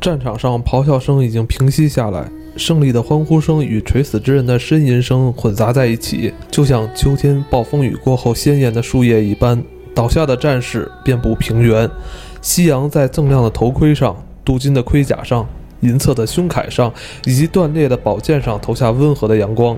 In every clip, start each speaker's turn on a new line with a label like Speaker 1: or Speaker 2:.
Speaker 1: 战场上咆哮声已经平息下来，胜利的欢呼声与垂死之人的呻吟声混杂在一起，就像秋天暴风雨过后鲜艳的树叶一般。倒下的战士遍布平原，夕阳在锃亮的头盔上、镀金的盔甲上、银色的胸铠上以及断裂的宝剑上投下温和的阳光。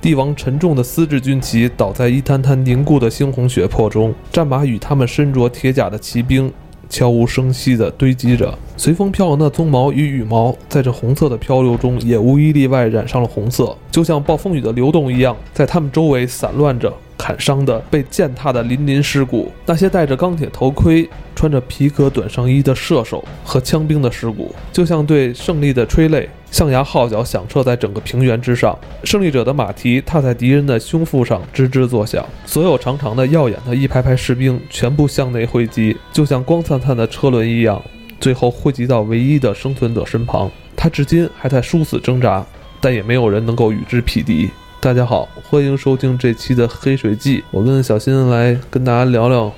Speaker 1: 帝王沉重的丝质军旗倒在一滩滩凝固的猩红血泊中，战马与他们身着铁甲的骑兵悄无声息地堆积着，随风飘扬的鬃毛与羽毛在这红色的漂流中也无一例外染上了红色，就像暴风雨的流动一样，在他们周围散乱着。砍伤的、被践踏的林林尸骨，那些戴着钢铁头盔、穿着皮革短上衣的射手和枪兵的尸骨，就像对胜利的吹擂，象牙号角响彻在整个平原之上。胜利者的马蹄踏在敌人的胸腹上，吱吱作响。所有长长的、耀眼的一排排士兵全部向内汇集，就像光灿灿的车轮一样，最后汇集到唯一的生存者身旁。他至今还在殊死挣扎，但也没有人能够与之匹敌。大家好，欢迎收听这期的《黑水记》，我跟小新来跟大家聊聊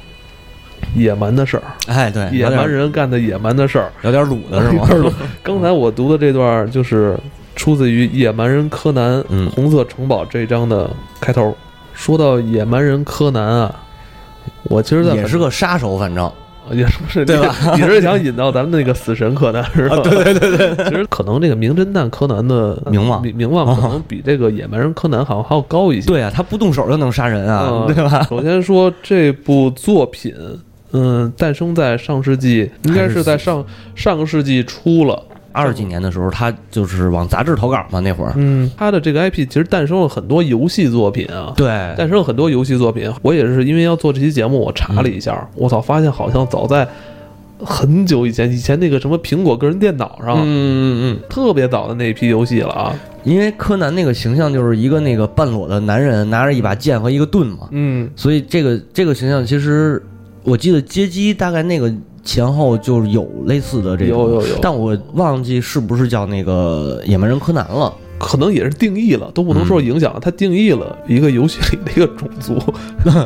Speaker 1: 野蛮的事儿，
Speaker 2: 哎，对，
Speaker 1: 野
Speaker 2: 有点
Speaker 1: 蛮人干的野蛮的事儿。
Speaker 2: 有点鲁的是 吗？
Speaker 1: 刚才我读的这段儿就是出自于《野蛮人柯南：
Speaker 2: 嗯
Speaker 1: 红色城堡》这一章的开头。说到野蛮人柯南啊，我其实在
Speaker 2: 也是个杀手，反正
Speaker 1: 也是不是
Speaker 2: 对吧？ 啊
Speaker 1: 你你是想引到咱们那个死神柯 南是吧？对对对对。其实可能这个名侦探柯南的呃
Speaker 2: 名望
Speaker 1: 名名望可能比这个野蛮人柯南好像还要高一些。
Speaker 2: 对啊，他不动手就能杀人啊，
Speaker 1: 嗯
Speaker 2: 对吧？
Speaker 1: 首先说这部作品，嗯，诞生在上世纪，应该是在上上个世纪初了。
Speaker 2: 二几年的时候，他就是往杂志投稿嘛，那会儿，
Speaker 1: 嗯，它的这个 IP 其实诞生了很多游戏作品啊。
Speaker 2: 对，
Speaker 1: 诞生了很多游戏作品，我也是因为要做这期节目，我查了一下，我操，发现好像早在很久以前，以前那个什么苹果个人电脑上，
Speaker 2: 嗯嗯
Speaker 1: 特别早的那一批游戏了啊。
Speaker 2: 嗯，因为柯南那个形象就是一个那个半裸的男人拿着一把剑和一个盾嘛，
Speaker 1: 嗯，
Speaker 2: 所以这个这个形象其实我记得街机大概那个前后就是有类似的这
Speaker 1: 有
Speaker 2: 种，
Speaker 1: 有有，
Speaker 2: 但我忘记是不是叫那个野蛮人柯南了。
Speaker 1: 可能也是定义了，都不能说影响了，它定义了一个游戏里的一个种 族，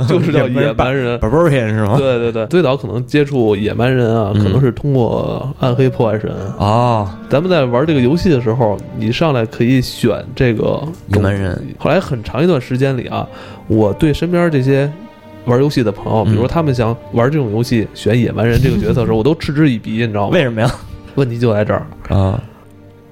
Speaker 1: 就是叫野蛮人。
Speaker 2: b a r b a r i a 是吗？
Speaker 1: 对对对，最早可能接触野蛮人啊，
Speaker 2: 嗯
Speaker 1: 可能是通过《暗黑破坏神》啊
Speaker 2: 哦，
Speaker 1: 咱们在玩这个游戏的时候，你上来可以选这个
Speaker 2: 野蛮人。
Speaker 1: 后来很长一段时间里啊，我对身边这些玩游戏的朋友，比如
Speaker 2: 嗯
Speaker 1: 他们想玩这种游戏选野蛮人这个角色的时候，我都嗤之以鼻，你知道吗？
Speaker 2: 为什么呀？
Speaker 1: 问题就在这儿。
Speaker 2: 啊，，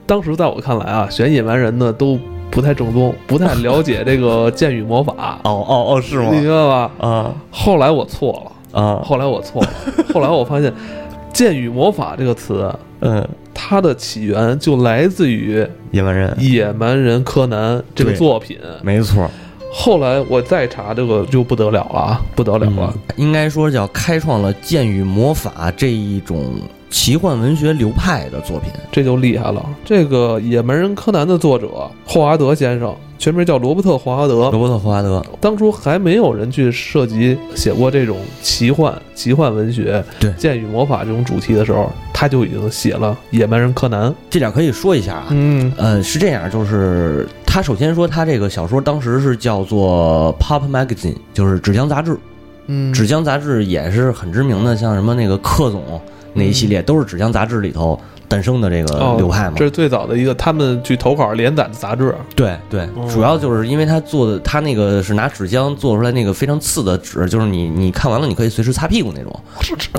Speaker 1: 当时在我看来啊，选野蛮人的都不太正宗，不太了解这个剑与魔法
Speaker 2: 哦哦哦，是
Speaker 1: 你明白吧？
Speaker 2: 啊
Speaker 1: 后来我错了，
Speaker 2: 啊，
Speaker 1: 后来我错 了，后来我发现“剑与魔法”这个词，
Speaker 2: 嗯，
Speaker 1: 它的起源就来自于《
Speaker 2: 野蛮人，
Speaker 1: 野蛮人柯南》这个
Speaker 2: 对
Speaker 1: 作品。
Speaker 2: 没错，
Speaker 1: 后来我再查这个就不得了了啊，不得了了。
Speaker 2: 嗯应该说叫开创了剑与魔法这一种奇幻文学流派的作品。
Speaker 1: 这就厉害了。这个《野蛮人柯南》的作者霍华德先生，全名叫罗伯特·霍华德，
Speaker 2: 罗伯特·霍华德，
Speaker 1: 当初还没有人去涉及写过这种奇幻、奇幻文学、
Speaker 2: 对
Speaker 1: 剑与魔法这种主题的时候，他就已经写了《野蛮人柯南》。
Speaker 2: 这点可以说一下啊。
Speaker 1: 嗯
Speaker 2: 呃，是这样，就是他首先说他这个小说当时是叫做 Pop Magazine，就是纸浆杂志。
Speaker 1: 嗯
Speaker 2: 纸浆杂志也是很知名的，像什么那个克总那一系列，都是纸浆杂志里头诞生的这
Speaker 1: 哦
Speaker 2: 个流派嘛。啊
Speaker 1: 这是最早的一个他们去投稿连载的杂志。
Speaker 2: 对对
Speaker 1: 哦，
Speaker 2: 主要就是因为他做的，他那个是拿纸浆做出来那个非常次的纸，就是你你看完了你可以随时擦屁股那种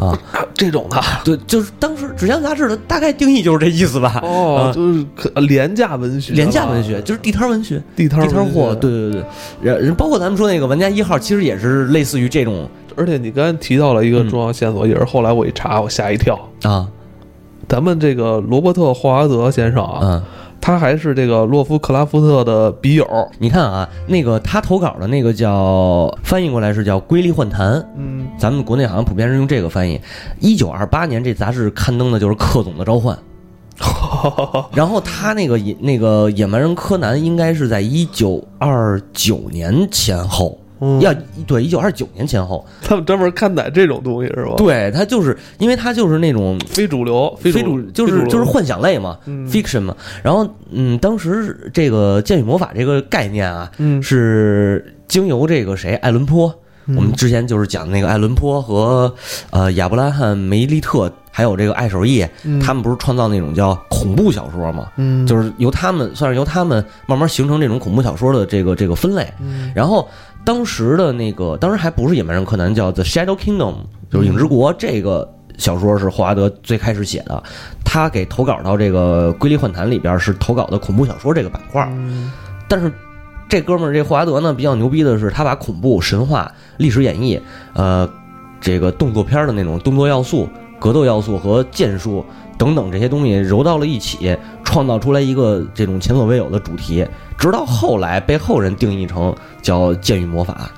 Speaker 2: 啊。
Speaker 1: 这种的
Speaker 2: 对，就是当时纸浆杂志的大概定义就是这意思吧。
Speaker 1: 哦，
Speaker 2: 啊
Speaker 1: 就是可廉价文学了，
Speaker 2: 廉价文学就是地摊文学，
Speaker 1: 地摊
Speaker 2: 地
Speaker 1: 文
Speaker 2: 摊货，
Speaker 1: 学。
Speaker 2: 对对对，然然包括咱们说那个玩家一号，其实也是类似于这种
Speaker 1: 而且你刚才提到了一个
Speaker 2: 嗯
Speaker 1: 重要线索，也是后来我一查，我吓一跳。
Speaker 2: 啊，
Speaker 1: 咱们这个罗伯特·霍华德先生啊，
Speaker 2: 嗯，
Speaker 1: 他还是这个洛夫克拉夫特的笔友。
Speaker 2: 你看啊，那个他投稿的那个叫翻译过来是叫《瑰丽幻谈》，
Speaker 1: 嗯，
Speaker 2: 咱们国内好像普遍是用这个翻译。一九二八年这杂志刊登的就是克总的召唤，然后他那个野那个野蛮人柯南应该是在一九二九年前后，
Speaker 1: 嗯
Speaker 2: 要对一九二九年前后，
Speaker 1: 他们专门看待这种东西是吧？，
Speaker 2: 对他就是因为他就是那种
Speaker 1: 哦非主流，
Speaker 2: 非
Speaker 1: 主
Speaker 2: 主就
Speaker 1: 非
Speaker 2: 是
Speaker 1: 流
Speaker 2: 就是幻想类嘛
Speaker 1: 嗯
Speaker 2: ，fiction 嘛。然后嗯，当时这个剑与魔法这个概念啊，
Speaker 1: 嗯
Speaker 2: 是经由这个谁爱伦坡。我们之前就是讲那个爱伦坡和呃亚伯拉罕梅利特，还有这个爱手艺，
Speaker 1: 嗯
Speaker 2: 他们不是创造那种叫恐怖小说吗？
Speaker 1: 嗯
Speaker 2: 就是是由他们算是由他们慢慢形成这种恐怖小说的这个这个分类。
Speaker 1: 嗯
Speaker 2: 然后当时的那个，当时还不是《野蛮人柯南》，叫《The Shadow Kingdom》，就是《影之国》这个小说是霍华德最开始写的，他给投稿到这个《瑰丽幻谈》里边是投稿的恐怖小说这个板块。
Speaker 1: 嗯
Speaker 2: 但是这哥们儿这霍华德呢，比较牛逼的是，他把恐怖、神话、历史演绎，呃，这个动作片儿的那种动作要素、格斗要素和剑术等等这些东西揉到了一起，创造出来一个这种前所未有的主题。直到后来被后人定义成叫“剑与魔法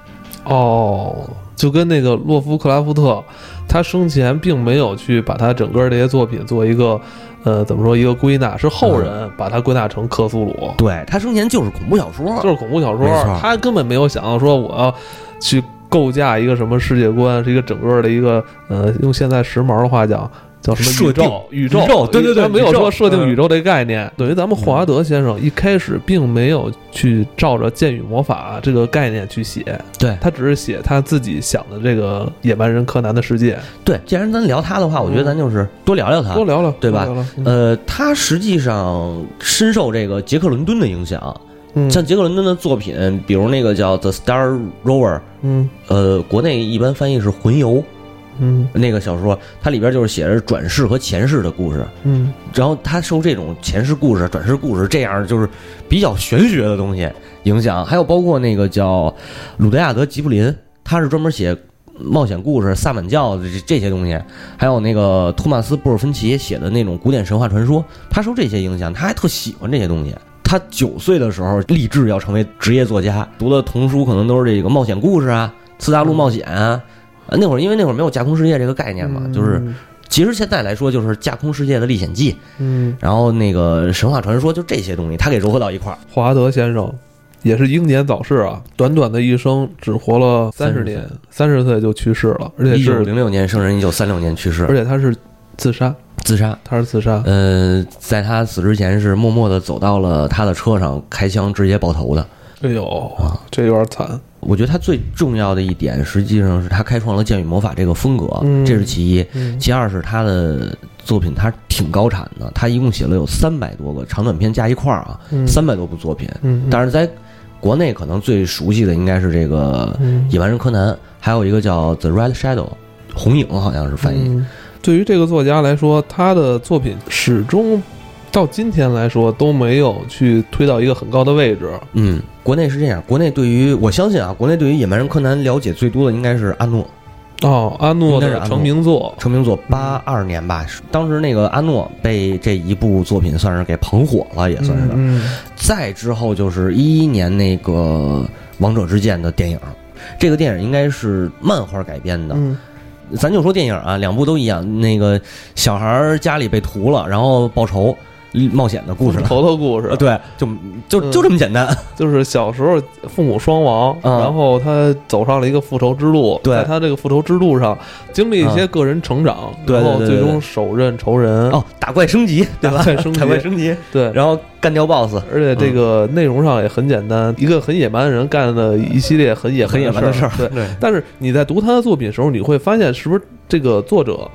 Speaker 1: 哦，就跟那个洛夫克拉夫特，他生前并没有去把他整个这些作品做一个，呃，怎么说一个归纳，是后人把它归纳成克苏鲁”，。
Speaker 2: 对他生前就是恐怖小说，
Speaker 1: 就是恐怖小说
Speaker 2: 啊没错，
Speaker 1: 他根本没有想到说我要去构架一个什么世界观，是一个整个的一个呃，用现在时髦的话讲叫什么宇
Speaker 2: 设定
Speaker 1: 宙宇
Speaker 2: 宇宙对对对
Speaker 1: 他没有
Speaker 2: 宇宙
Speaker 1: 说设定
Speaker 2: 嗯
Speaker 1: 宇宙这概念。等于咱们霍华德先生一开始并没有去照着剑与魔法这个概念去写，
Speaker 2: 对
Speaker 1: 他只是写他自己想的这个野蛮人柯南的世界。
Speaker 2: 对。既然咱聊他的话，我觉得咱就是多聊聊他
Speaker 1: 多。聊聊，
Speaker 2: 啊对吧
Speaker 1: 多聊聊？嗯
Speaker 2: 呃，他实际上深受这个杰克伦敦的影响，
Speaker 1: 嗯，
Speaker 2: 像杰克伦敦的作品，比如那个叫《The Star Rover》，
Speaker 1: 嗯
Speaker 2: 呃，国内一般翻译是《魂游》
Speaker 1: 嗯
Speaker 2: 那个小说，它里边就是写着转世和前世的故事。
Speaker 1: 嗯
Speaker 2: 然后他受这种前世故事、转世故事这样就是比较玄学的东西影响，还有包括那个叫鲁德亚德·吉布林，他是专门写冒险故事、萨满教的这这些东西，还有那个托马斯·布尔芬奇写的那种古典神话传说，他受这些影响，他还特喜欢这些东西。他九岁的时候立志要成为职业作家，读的童书可能都是这个冒险故事啊、次大陆冒险啊。呃那会儿因为那会儿没有架空世界这个概念嘛，就是其实现在来说，就是架空世界的历险记，
Speaker 1: 嗯，
Speaker 2: 然后那个神话传说，就这些东西，他给糅合到一块儿。
Speaker 1: 霍华德先生也是英年早逝啊，短短的一生只活了三十年，三十岁就去世了，而且
Speaker 2: 一九
Speaker 1: 是
Speaker 2: 零六年生人，一九三六年去
Speaker 1: 而
Speaker 2: 世，
Speaker 1: 且他是自杀，
Speaker 2: 自杀。
Speaker 1: 他是自杀，
Speaker 2: 呃，在他死之前是默默的走到了他的车上，开枪直接爆头的。
Speaker 1: 哎呦，这有点惨，
Speaker 2: 我觉得他最重要的一点，实际上是他开创了剑与魔法这个风格，
Speaker 1: 嗯
Speaker 2: 这是其一。
Speaker 1: 嗯
Speaker 2: 其二是他的作品，他挺高产的，他一共写了有三百多个长短篇加一块儿啊，
Speaker 1: 嗯
Speaker 2: 三百多部作品。
Speaker 1: 嗯，
Speaker 2: 但是在国内可能最熟悉的应该是这个
Speaker 1: 嗯
Speaker 2: 《野蛮人柯南》，还有一个叫《The Red Shadow》，红影好像是翻译。
Speaker 1: 嗯对于这个作家来说，他的作品始终到今天来说都没有去推到一个很高的位置，
Speaker 2: 嗯，国内是这样，国内对于我相信啊，国内对于《野蛮人柯南》了解最多的应该是阿诺，
Speaker 1: 哦，阿诺
Speaker 2: 应该是
Speaker 1: 的
Speaker 2: 阿诺
Speaker 1: 成名作，
Speaker 2: 成名作
Speaker 1: 嗯
Speaker 2: 八二年吧，是当时那个阿诺被这一部作品算是给捧火了，也算是。
Speaker 1: 嗯，
Speaker 2: 再之后就是一一年那个《王者之剑》的电影。这个电影应该是漫画改编的，
Speaker 1: 嗯
Speaker 2: 咱就说电影啊，两部都一样。那个小孩儿家里被屠了，然后报仇，冒险的故事
Speaker 1: 嗯，。头头故事
Speaker 2: 啊，，对，就就
Speaker 1: 嗯
Speaker 2: 就这么简单。
Speaker 1: 就是小时候父母双亡，
Speaker 2: 嗯
Speaker 1: 然后他走上了一个复仇之路，
Speaker 2: 对
Speaker 1: 在他这个复仇之路上经历一些个人成长，
Speaker 2: 对
Speaker 1: 然后
Speaker 2: 嗯对对
Speaker 1: 最
Speaker 2: 对
Speaker 1: 终手刃仇人，
Speaker 2: 哦，打怪升级，对
Speaker 1: 嗯
Speaker 2: 吧
Speaker 1: 打？怪升级 嗯
Speaker 2: 打怪升级，
Speaker 1: 对。
Speaker 2: 然后干掉 BOSS，
Speaker 1: 而且这个内容上也很简单，一个很野蛮的人干了一系列很野
Speaker 2: 很野蛮
Speaker 1: 的
Speaker 2: 的事儿。
Speaker 1: 对，
Speaker 2: 对，
Speaker 1: 但嗯是你在读他的作品的时候，你会发现是不是这个作者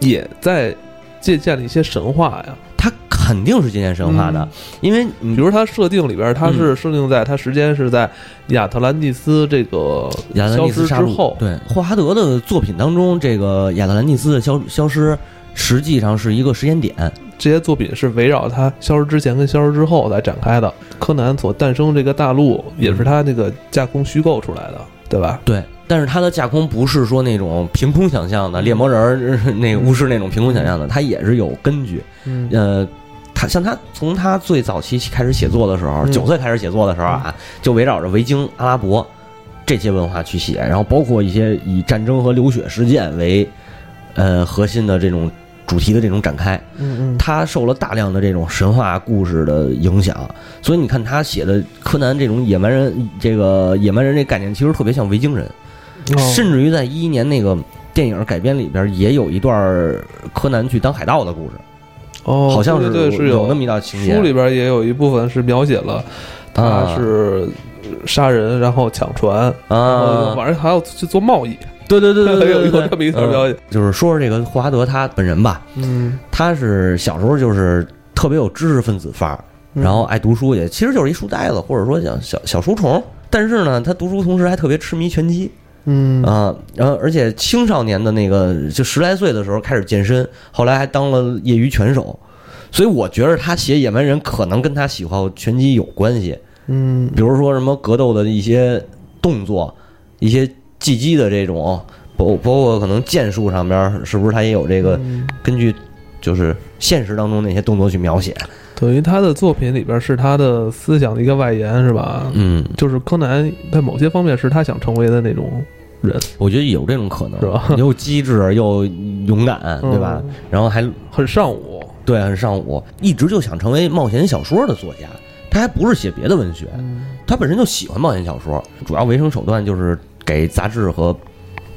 Speaker 1: 也在借鉴一些神话呀？
Speaker 2: 他肯定是借鉴神话的
Speaker 1: 嗯，
Speaker 2: 因为
Speaker 1: 比
Speaker 2: 你
Speaker 1: 如他设定里边，他
Speaker 2: 嗯
Speaker 1: 是设定在他时间是在亚特兰蒂斯这个
Speaker 2: 亚特兰
Speaker 1: 消
Speaker 2: 蒂斯
Speaker 1: 失
Speaker 2: 杀
Speaker 1: 之
Speaker 2: 戮
Speaker 1: 后，，
Speaker 2: 对霍华德的作品当中，这个亚特兰蒂斯的消消失，实际上是一个时间点。
Speaker 1: 这些作品是围绕他消失之前跟消失之后来展开的。柯南所诞生这个大陆也
Speaker 2: 嗯
Speaker 1: 是他那个架空虚构出来的，对嗯吧？
Speaker 2: 对，但是他的架空不是说那种凭空想象的猎魔人儿、 那个巫师那种凭空想象的，他也是有根据。
Speaker 1: 嗯
Speaker 2: 呃，他像他从他最早期开始写作的时候，
Speaker 1: 嗯
Speaker 2: 九、岁开始写作的时候啊，就围绕着维京、阿拉伯这些文化去写，然后包括一些以战争和流血事件为呃核心的这种主题的这种展开。
Speaker 1: 嗯
Speaker 2: 他受了大量的这种神话故事的影响，所以你看他写的柯南这种野蛮人，这个野蛮人这概念其实特别像维京人，
Speaker 1: 嗯，
Speaker 2: 甚至于在一一年那个。电影改编里边也有一段柯南去当海盗的故事，
Speaker 1: 哦，
Speaker 2: 好像是
Speaker 1: 对对对是
Speaker 2: 有那么一道情节。
Speaker 1: 书里边也有一部分是描写了他
Speaker 2: 啊
Speaker 1: 是杀人，然后抢船，然后呃
Speaker 2: 啊，
Speaker 1: 晚上还要去做贸易。
Speaker 2: 对对对对对对
Speaker 1: 有
Speaker 2: 对 对
Speaker 1: 有这么一条消息，
Speaker 2: 就是说说这个霍华德他本人吧，
Speaker 1: 嗯，
Speaker 2: 他是小时候就是特别有知识分子范儿，
Speaker 1: 嗯
Speaker 2: 然后爱读书也，其实就是一书呆子，或者说叫小小书虫。但是呢，他读书同时还特别痴迷拳击
Speaker 1: 嗯
Speaker 2: 啊，然后而且青少年的那个就十来岁的时候开始健身，后来还当了业余拳手。所以我觉得他写《野蛮人》可能跟他喜好拳击有关系，
Speaker 1: 嗯
Speaker 2: 比如说什么格斗的一些动作、一些技击的这种，包包括可能剑术上边儿是不是他也有这个
Speaker 1: 嗯
Speaker 2: 根据就是现实当中那些动作去描写。
Speaker 1: 等于他的作品里边是他的思想的一个外延，是吧？
Speaker 2: 嗯，
Speaker 1: 就是柯南在某些方面是他想成为的那种人，
Speaker 2: 我觉得有这种可能，
Speaker 1: 是吧？
Speaker 2: 又机智又勇敢，对吧？
Speaker 1: 嗯
Speaker 2: 然后还
Speaker 1: 很尚武，
Speaker 2: 对很上武，一直就想成为冒险小说的作家。他还不是写别的文学，
Speaker 1: 嗯
Speaker 2: 他本身就喜欢冒险小说，主要维生手段就是给杂志和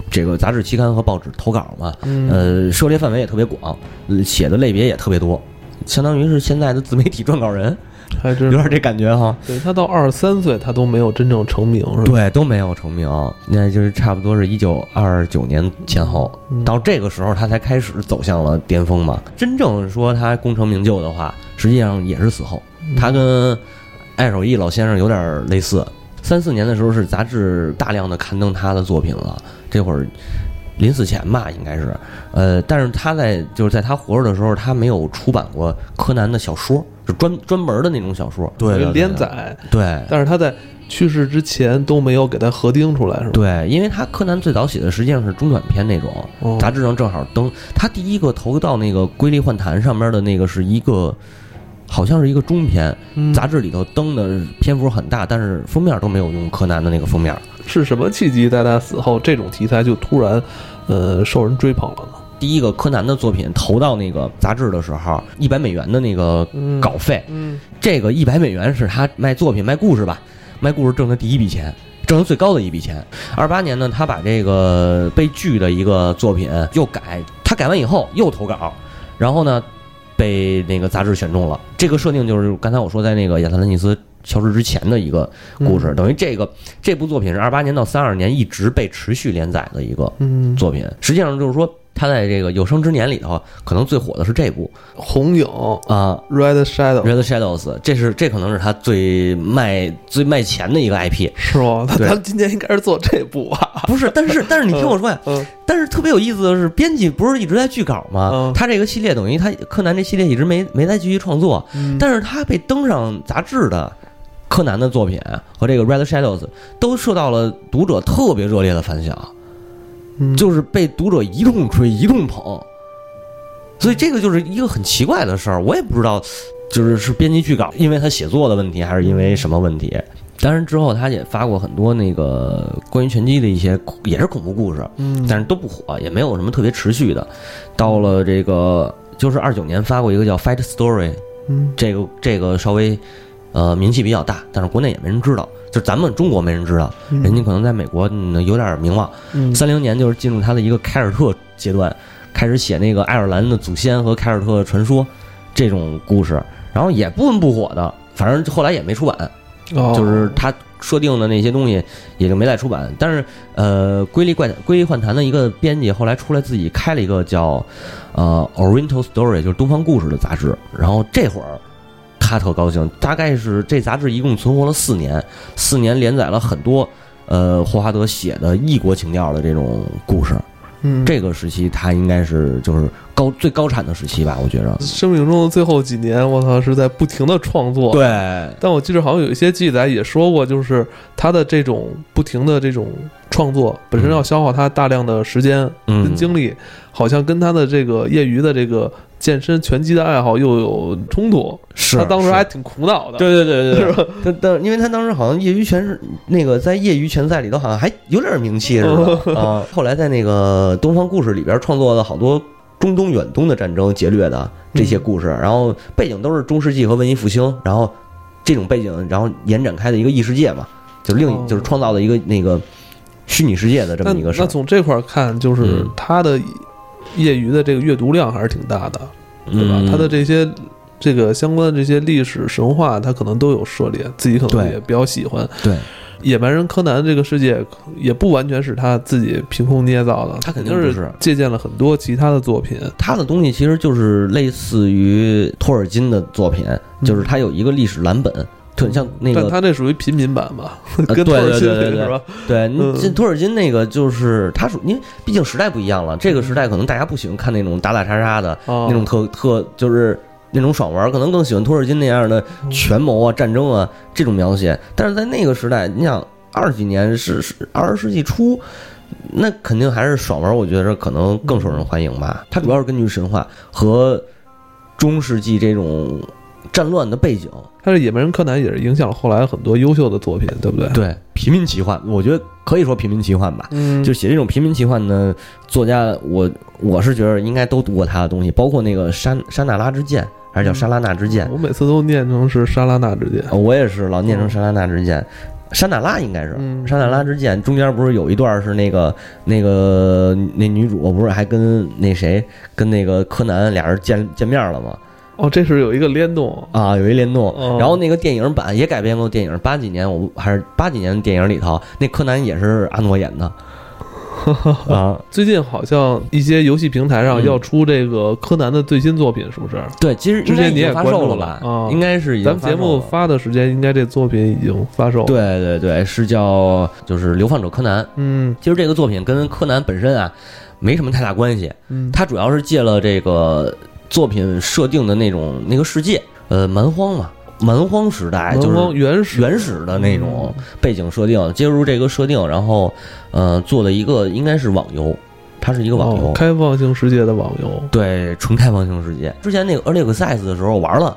Speaker 2: 这个杂志期刊和报纸投稿嘛。
Speaker 1: 嗯，
Speaker 2: 呃，涉猎范围也特别广，呃写的类别也特别多，相当于是现在的自媒体撰稿人，
Speaker 1: 还
Speaker 2: 有
Speaker 1: 真
Speaker 2: 点这感觉哈。
Speaker 1: 对他到二十三岁，他都没有真正成名，是吧？
Speaker 2: 对，都没有成名，那就是差不多是一九二九年前后，
Speaker 1: 嗯
Speaker 2: 到这个时候他才开始走向了巅峰嘛。真正说他功成名就的话，实际上也是死后。
Speaker 1: 嗯
Speaker 2: 他跟艾守义老先生有点类似，三四年的时候是杂志大量的刊登他的作品了，这会儿。临死前吧，应该是，呃，但是他在就是在他活着的时候，他没有出版过柯南的小说，就专专门的那种小说，
Speaker 1: 有连，载，
Speaker 2: 对，
Speaker 1: 但是他在去世之前都没有给他核定出来，是吧？
Speaker 2: 对，因为他柯南最早写的实际上是中短篇那种，
Speaker 1: 哦
Speaker 2: 杂志上正好登。他第一个投到那个《瑰丽幻谈》上面的那个是一个，好像是一个中篇，
Speaker 1: 嗯
Speaker 2: 杂志里头登的篇幅很大，但是封面都没有用柯南的那个封面。
Speaker 1: 是什么契机，在他死后，这种题材就突然，呃，受人追捧了呢？
Speaker 2: 第一个柯南的作品投到那个杂志的时候，一百美元的那个
Speaker 1: 嗯
Speaker 2: 稿费，
Speaker 1: 嗯
Speaker 2: 这个一百美元是他卖作品、卖故事吧，卖故事挣的第一笔钱，挣的最高的一笔钱。二八年呢，他把这个被拒的一个作品又改，他改完以后又投稿，然后呢，被那个杂志选中了。这个设定就是刚才我说在那个亚特兰蒂斯消失之前的一个故事，等于这个这部作品是二八年到三二年一直被持续连载的一个
Speaker 1: 嗯，
Speaker 2: 作品。实际上就是说，他在这个有生之年里头，啊可能最火的是这部
Speaker 1: 红影
Speaker 2: 啊、
Speaker 1: Red Shadow
Speaker 2: Red Shadows，这是这可能是他最卖最卖钱的一个 IP，
Speaker 1: 是吗？那
Speaker 2: 对
Speaker 1: 咱们今年应该是做这部吧？
Speaker 2: 不是？但是但是你听我说呀，
Speaker 1: 嗯
Speaker 2: 但是特别有意思的是，编辑不是一直在剧稿吗
Speaker 1: 嗯？
Speaker 2: 他这个系列等于他柯南这系列一直没没再继续创作，但是他被登上杂志的柯南的作品和这个 Red Shadows 都受到了读者特别热烈的反响，
Speaker 1: 嗯
Speaker 2: 就是被读者一通吹一通捧，所以这个就是一个很奇怪的事儿，我也不知道，就是是编辑剧稿，因为他写作的问题，还是因为什么问题？当然之后他也发过很多那个关于拳击的一些恐也是恐怖故事，
Speaker 1: 嗯
Speaker 2: 但是都不火，也没有什么特别持续的。到了这个就是二九年发过一个叫《Fight Story》，
Speaker 1: 嗯
Speaker 2: 这个这个稍微呃名气比较大，但是国内也没人知道，就咱们中国没人知道，
Speaker 1: 嗯
Speaker 2: 人家可能在美国嗯有点名望。
Speaker 1: 嗯
Speaker 2: 三零年就是进入他的一个凯尔特阶段，开始写那个爱尔兰的祖先和凯尔特传说这种故事，然后也不温不火的，反正后来也没出版，
Speaker 1: 哦
Speaker 2: 就是他设定的那些东西也就没再出版。但是呃，瑰丽怪瑰丽幻谈的一个编辑后来出来自己开了一个叫呃 Oriental Story，就是东方故事的杂志，然后这会儿。他特高兴，大概是这杂志一共存活了四年，四年连载了很多，呃，霍华德写的异国情调的这种故事。
Speaker 1: 嗯
Speaker 2: 这个时期他应该是就是高最高产的时期吧，我觉着。
Speaker 1: 生命中的最后几年，我操是在不停的创作。，
Speaker 2: 对，
Speaker 1: 但我记得好像有一些记载也说过，就是他的这种不停的这种创作本身要消耗他大量的时间跟
Speaker 2: 嗯，
Speaker 1: 精力，好像跟他的这个业余的这个健身拳击的爱好又有冲突。
Speaker 2: 是
Speaker 1: 他当时
Speaker 2: 是
Speaker 1: 还挺苦恼的。
Speaker 2: 对对对
Speaker 1: 是
Speaker 2: 对对，他当因为他当时好像业余拳是那个在业余拳赛里头好像还有点名气似
Speaker 1: 嗯
Speaker 2: 的啊。后来在那个东方故事里边创作了好多中东、远东的战争劫掠的这些故事，
Speaker 1: 嗯
Speaker 2: 然后背景都是中世纪和文艺复兴，然后这种背景，然后延展开的一个异世界嘛，就另一
Speaker 1: 哦
Speaker 2: 就是创造了一个那个虚拟世界的这么
Speaker 1: 那
Speaker 2: 一个事
Speaker 1: 那
Speaker 2: 儿。
Speaker 1: 从这块儿看，就是
Speaker 2: 嗯
Speaker 1: 他的业余的这个阅读量还是挺大的，对吧？
Speaker 2: 嗯
Speaker 1: 他的这些这个相关的这些历史神话，他可能都有涉猎，自己可能
Speaker 2: 对
Speaker 1: 也比较喜欢。
Speaker 2: 对，
Speaker 1: 野蛮人柯南这个世界也不完全是他自己凭空捏造的，
Speaker 2: 他肯定
Speaker 1: 定
Speaker 2: 不是
Speaker 1: 是借鉴了很多其他的作品。
Speaker 2: 他的东西其实就是类似于托尔金的作品，
Speaker 1: 嗯
Speaker 2: 就是他有一个历史蓝本，就很像那
Speaker 1: 但
Speaker 2: 个
Speaker 1: 他那属于平民版吧，
Speaker 2: 呃
Speaker 1: 跟
Speaker 2: 对
Speaker 1: 托尔
Speaker 2: 对
Speaker 1: 金
Speaker 2: 对对
Speaker 1: 比
Speaker 2: 对
Speaker 1: 是吧？
Speaker 2: 对，你
Speaker 1: 嗯
Speaker 2: 这托尔金那个就是他属，因为毕竟时代不一样了，这个时代可能大家不喜欢看那种打打杀杀的
Speaker 1: 啊，
Speaker 2: 那种特特就是。那种爽文儿可能更喜欢托尔金那样的权谋啊、战争啊这种描写，但是在那个时代，你想二十几年是是二十世纪初，那肯定还是爽文儿，我觉得可能更受人欢迎吧。它主要是根据神话和中世纪这种战乱的背景，
Speaker 1: 他这野蛮人柯南也是影响了后来很多优秀的作品，对不对？
Speaker 2: 对平民奇幻，我觉得可以说平民奇幻吧。
Speaker 1: 嗯，
Speaker 2: 就写这种平民奇幻的作家，我我是觉得应该都读过他的东西，包括那个山山那拉之剑，还
Speaker 1: 嗯
Speaker 2: 是叫沙拉那之剑，
Speaker 1: 我每次都念成是沙拉纳之剑。
Speaker 2: 呃我也是老念成山那拉之剑，山那拉应该是
Speaker 1: 哦嗯
Speaker 2: 山那拉之剑，中间不是有一段是那个那个那女主不是还跟那谁跟那个柯南俩人见见面了吗？
Speaker 1: 哦，这是有一个联动，
Speaker 2: 啊，有一联动
Speaker 1: 哦，
Speaker 2: 然后那个电影版也改编过电影，八几年我还是八几年的电影里头，那柯南也是阿 诺演的啊，
Speaker 1: 最近好像一些游戏平台上
Speaker 2: 嗯
Speaker 1: 要出这个柯南的最新作品，是不是？
Speaker 2: 对，其实
Speaker 1: 之
Speaker 2: 应该
Speaker 1: 前
Speaker 2: 已
Speaker 1: 你也
Speaker 2: 经发
Speaker 1: 关注
Speaker 2: 售了
Speaker 1: 了
Speaker 2: 吧？
Speaker 1: 啊
Speaker 2: 应该是已经
Speaker 1: 咱们节目
Speaker 2: 发售了
Speaker 1: 发的时间，应该这作品已经发售。，
Speaker 2: 对对对，是叫就是《流放者柯南》。
Speaker 1: 嗯
Speaker 2: 其实这个作品跟柯南本身啊没什么太大关系，
Speaker 1: 嗯，
Speaker 2: 它主要是借了这个作品设定的那种那个世界，呃，蛮荒嘛，蛮荒时代就
Speaker 1: 南方
Speaker 2: 是
Speaker 1: 原始
Speaker 2: 原始的那种背景设定，接入这个设定，然后呃做了一个应该是网游，它是一个网
Speaker 1: 哦
Speaker 2: 游，
Speaker 1: 开放性世界的网游。
Speaker 2: 对，纯开放性世界。之前那个 Early Access 的时候玩了，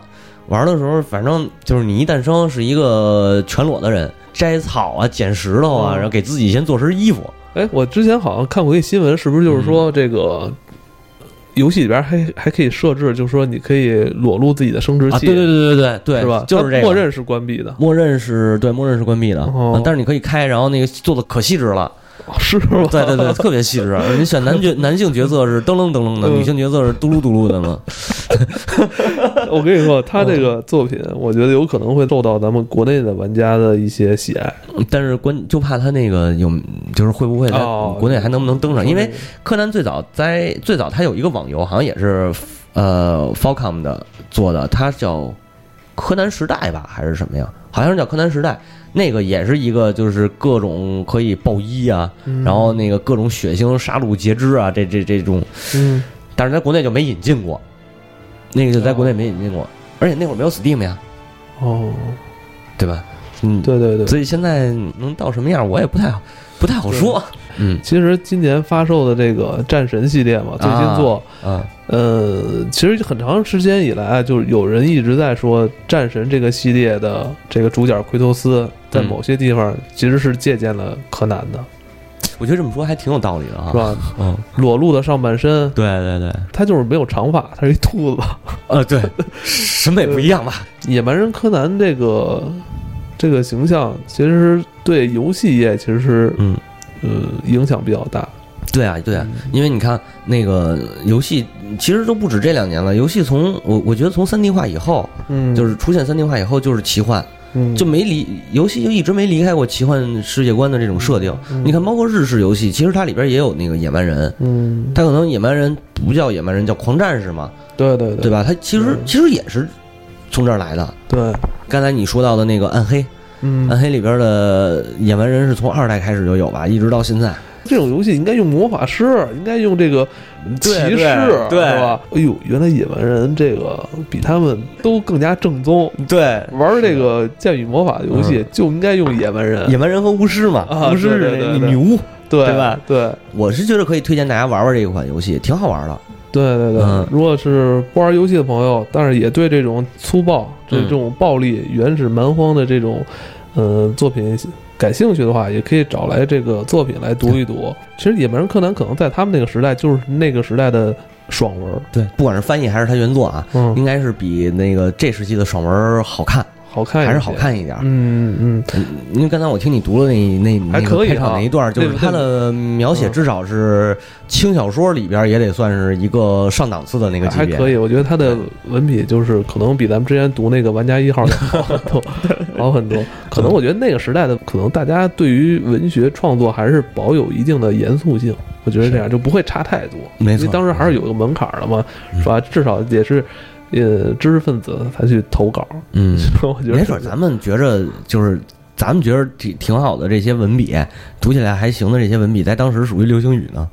Speaker 2: 玩的时候反正就是你一诞生是一个全裸的人，摘草啊、捡石头啊，
Speaker 1: 嗯
Speaker 2: 然后给自己先做身衣服。
Speaker 1: 哎，我之前好像看过一新闻，是不是就是
Speaker 2: 嗯
Speaker 1: 说这个游戏里边还还可以设置，就是说你可以裸露自己的生殖
Speaker 2: 啊，
Speaker 1: 器，
Speaker 2: 对对对对对对，
Speaker 1: 是吧？
Speaker 2: 就是这
Speaker 1: 它
Speaker 2: 个。
Speaker 1: 默认是关闭的，
Speaker 2: 默认是对，默认是关闭的，
Speaker 1: 哦
Speaker 2: 嗯但是你可以开，然后那个做的可细致 了，
Speaker 1: 哦是吗？
Speaker 2: 对对对，特别细致。你选男角男性角色是噔楞噔楞的，
Speaker 1: 嗯
Speaker 2: 女性角色是嘟噜嘟噜的嘛。
Speaker 1: 我跟你说，他这
Speaker 2: 嗯
Speaker 1: 个作品，我觉得有可能会受到咱们国内的玩家的一些喜爱。
Speaker 2: 但是关就怕他那个有，就是会不会在
Speaker 1: 哦
Speaker 2: 国内还能不能登上？因为柯南最早在最早他有一个网游，好像也是呃 Falcom 的做的，它叫柯南时代吧，还是什么呀？好像是叫柯南时代。那个也是一个，就是各种可以暴衣啊，
Speaker 1: 嗯
Speaker 2: 然后那个各种血腥、杀戮、截肢啊，这这这种，
Speaker 1: 嗯，
Speaker 2: 但是在国内就没引进过，那个就在国内没引进过，而且那会儿没有 Steam 呀，
Speaker 1: 哦，
Speaker 2: 对吧？嗯，
Speaker 1: 对对对。
Speaker 2: 所以现在能到什么样，我也不太好，不太好说。嗯
Speaker 1: 其实今年发售的这个《战神》系列嘛，最新作，
Speaker 2: 啊，
Speaker 1: 呃，其实很长时间以来啊，就是有人一直在说《战神》这个系列的这个主角奎托斯，在
Speaker 2: 嗯
Speaker 1: 某些地方其实是借鉴了柯南的，
Speaker 2: 我觉得这么说还挺有道理的啊，
Speaker 1: 是？吧？
Speaker 2: 嗯，
Speaker 1: 裸露的上半身，
Speaker 2: 对对对，
Speaker 1: 他就是没有长发，他是一秃子。
Speaker 2: 呃，对，审美不一样吧？
Speaker 1: 野蛮人柯南这个这个形象，其实对游戏业其实是
Speaker 2: 嗯，
Speaker 1: 呃影响比较大。
Speaker 2: 对啊，对啊，因为你看那个游戏，其实都不止这两年了。游戏从我我觉得从三 D 化以后，
Speaker 1: 嗯，
Speaker 2: 就是出现三 D 化以后就是奇幻，
Speaker 1: 嗯
Speaker 2: 就没离游戏就一直没离开过奇幻世界观的这种设定。
Speaker 1: 嗯
Speaker 2: 你看，包括日式游戏，其实它里边也有那个野蛮人，
Speaker 1: 嗯，
Speaker 2: 它可能野蛮人不叫野蛮人，叫狂战士嘛，
Speaker 1: 对对
Speaker 2: 对吧？它其实
Speaker 1: 嗯
Speaker 2: 其实也是从这儿来的。
Speaker 1: 对，
Speaker 2: 刚才你说到的那个暗黑，暗
Speaker 1: 嗯，
Speaker 2: 黑里边的野蛮人是从二代开始就有吧，一直到现在。
Speaker 1: 这种游戏应该用魔法师，应该用这个骑
Speaker 2: 对
Speaker 1: 士，
Speaker 2: 对对
Speaker 1: 是吧？哎呦，原来野蛮人这个比他们都更加正宗。
Speaker 2: 对，
Speaker 1: 玩这个剑与魔法的游戏就应该用野蛮 人，
Speaker 2: 嗯野蛮人和巫师嘛，
Speaker 1: 啊
Speaker 2: 巫师
Speaker 1: 对
Speaker 2: 是
Speaker 1: 对对
Speaker 2: 女
Speaker 1: 对
Speaker 2: 女巫。
Speaker 1: 对
Speaker 2: 对吧？
Speaker 1: 对
Speaker 2: 我是觉得可以推荐大家玩玩这款游戏，挺好玩的。
Speaker 1: 对对对，
Speaker 2: 嗯
Speaker 1: 如果是不玩游戏的朋友，但是也对这种粗暴、这
Speaker 2: 嗯
Speaker 1: 这种暴力、原始蛮荒的这种，呃，作品感兴趣的话，也可以找来这个作品来读一读。其实《野蛮人柯南》可能在他们那个时代就是那个时代的爽文，
Speaker 2: 对，不管是翻译还是它原作啊，
Speaker 1: 嗯，
Speaker 2: 应该是比那个这时期的爽文好看。
Speaker 1: 好看一些
Speaker 2: 还是好。看一点儿。
Speaker 1: 嗯嗯
Speaker 2: 因为刚才我听你读了那那
Speaker 1: 还
Speaker 2: 那个
Speaker 1: 可以啊
Speaker 2: 开场那一段，就是
Speaker 1: 对
Speaker 2: 它的描写至少是轻小说里边也得算是一个上档次的那
Speaker 1: 嗯，
Speaker 2: 个级
Speaker 1: 还
Speaker 2: 别。
Speaker 1: 可以，我觉得他的文笔就是可能比咱们之前读那个玩家一号要好很 多，好很多。可能我觉得那个时代的，可能大家对于文学创作还是保有一定的严肃性，我觉得这样就不会差太多。
Speaker 2: 没错
Speaker 1: 因为当时还是有个门槛儿的嘛，
Speaker 2: 嗯
Speaker 1: 是吧？至少也是，呃，知识分子才去投稿。
Speaker 2: 嗯，
Speaker 1: 我觉得
Speaker 2: 没准儿咱们觉着就是咱们觉着挺挺好的这些文笔，读起来还行的这些文笔，在当时属于流行语呢。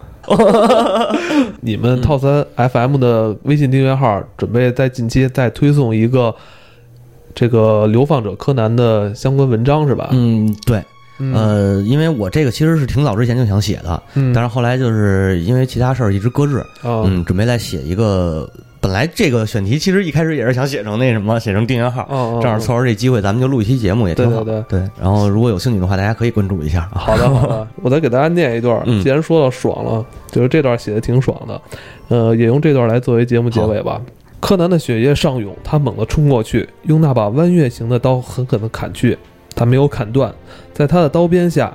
Speaker 1: 你们
Speaker 2: 嗯
Speaker 1: 套三 FM 的微信订阅号准备在近期再推送一个这个流放者柯南的相关文章是吧？
Speaker 2: 嗯，对，
Speaker 1: 嗯
Speaker 2: 呃，因为我这个其实是挺早之前就想写的，
Speaker 1: 嗯，
Speaker 2: 但是后来就是因为其他事儿一直搁置，
Speaker 1: 啊，
Speaker 2: 嗯，准备再写一个。本来这个选题其实一开始也是想写成那什么，写成订阅号，
Speaker 1: 哦，
Speaker 2: 正好
Speaker 1: 错。
Speaker 2: 凑着这机会，咱们就录一期节目也挺好。
Speaker 1: 对对
Speaker 2: 然后如果有兴趣的话，大家可以关注一下啊。
Speaker 1: 好的，好 的，我再给大家念一段。
Speaker 2: 嗯
Speaker 1: 既然说到爽了，就是这段写的挺爽的，呃，也用这段来作为节目结尾吧。柯南的血液上涌，他猛地冲过去，用那把弯月形的刀狠狠地砍去。他没有砍断，在他的刀边下，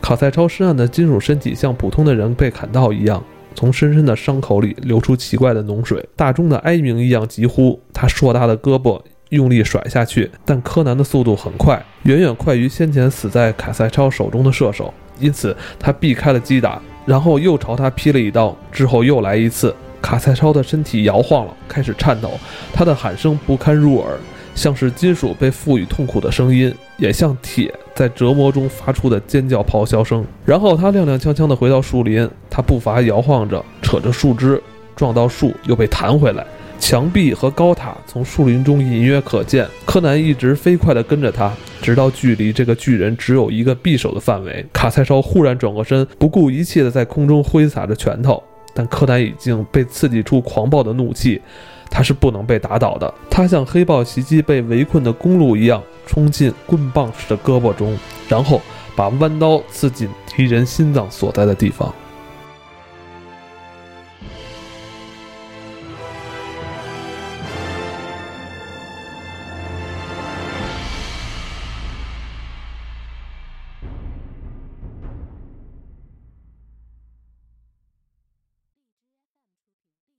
Speaker 1: 卡塞超身上的金属身体像普通的人被砍到一样，从深深的伤口里流出奇怪的脓水。大钟的哀鸣一样疾呼，他硕大的胳膊用力甩下去，但柯南的速度很快，远远快于先前死在卡塞超手中的射手，因此他避开了击打，然后又朝他劈了一刀，之后又来一次。卡塞超的身体摇晃了，开始颤抖，他的喊声不堪入耳，像是金属被赋予痛苦的声音，也像铁在折磨中发出的尖叫咆哮声。然后他踉踉跄跄地回到树林，他步伐摇晃着，扯着树枝，撞到树，又被弹回来。墙壁和高塔从树林中隐约可见。柯南一直飞快地跟着他，直到距离这个巨人只有一个匕首的范围。卡塞超忽然转过身，不顾一切地在空中挥洒着拳头，但柯南已经被刺激出狂暴的怒气。他是不能被打倒的。他像黑豹袭击被围困的公路一样，冲进棍棒似的胳膊中，然后把弯刀刺进敌人心脏所在的地方。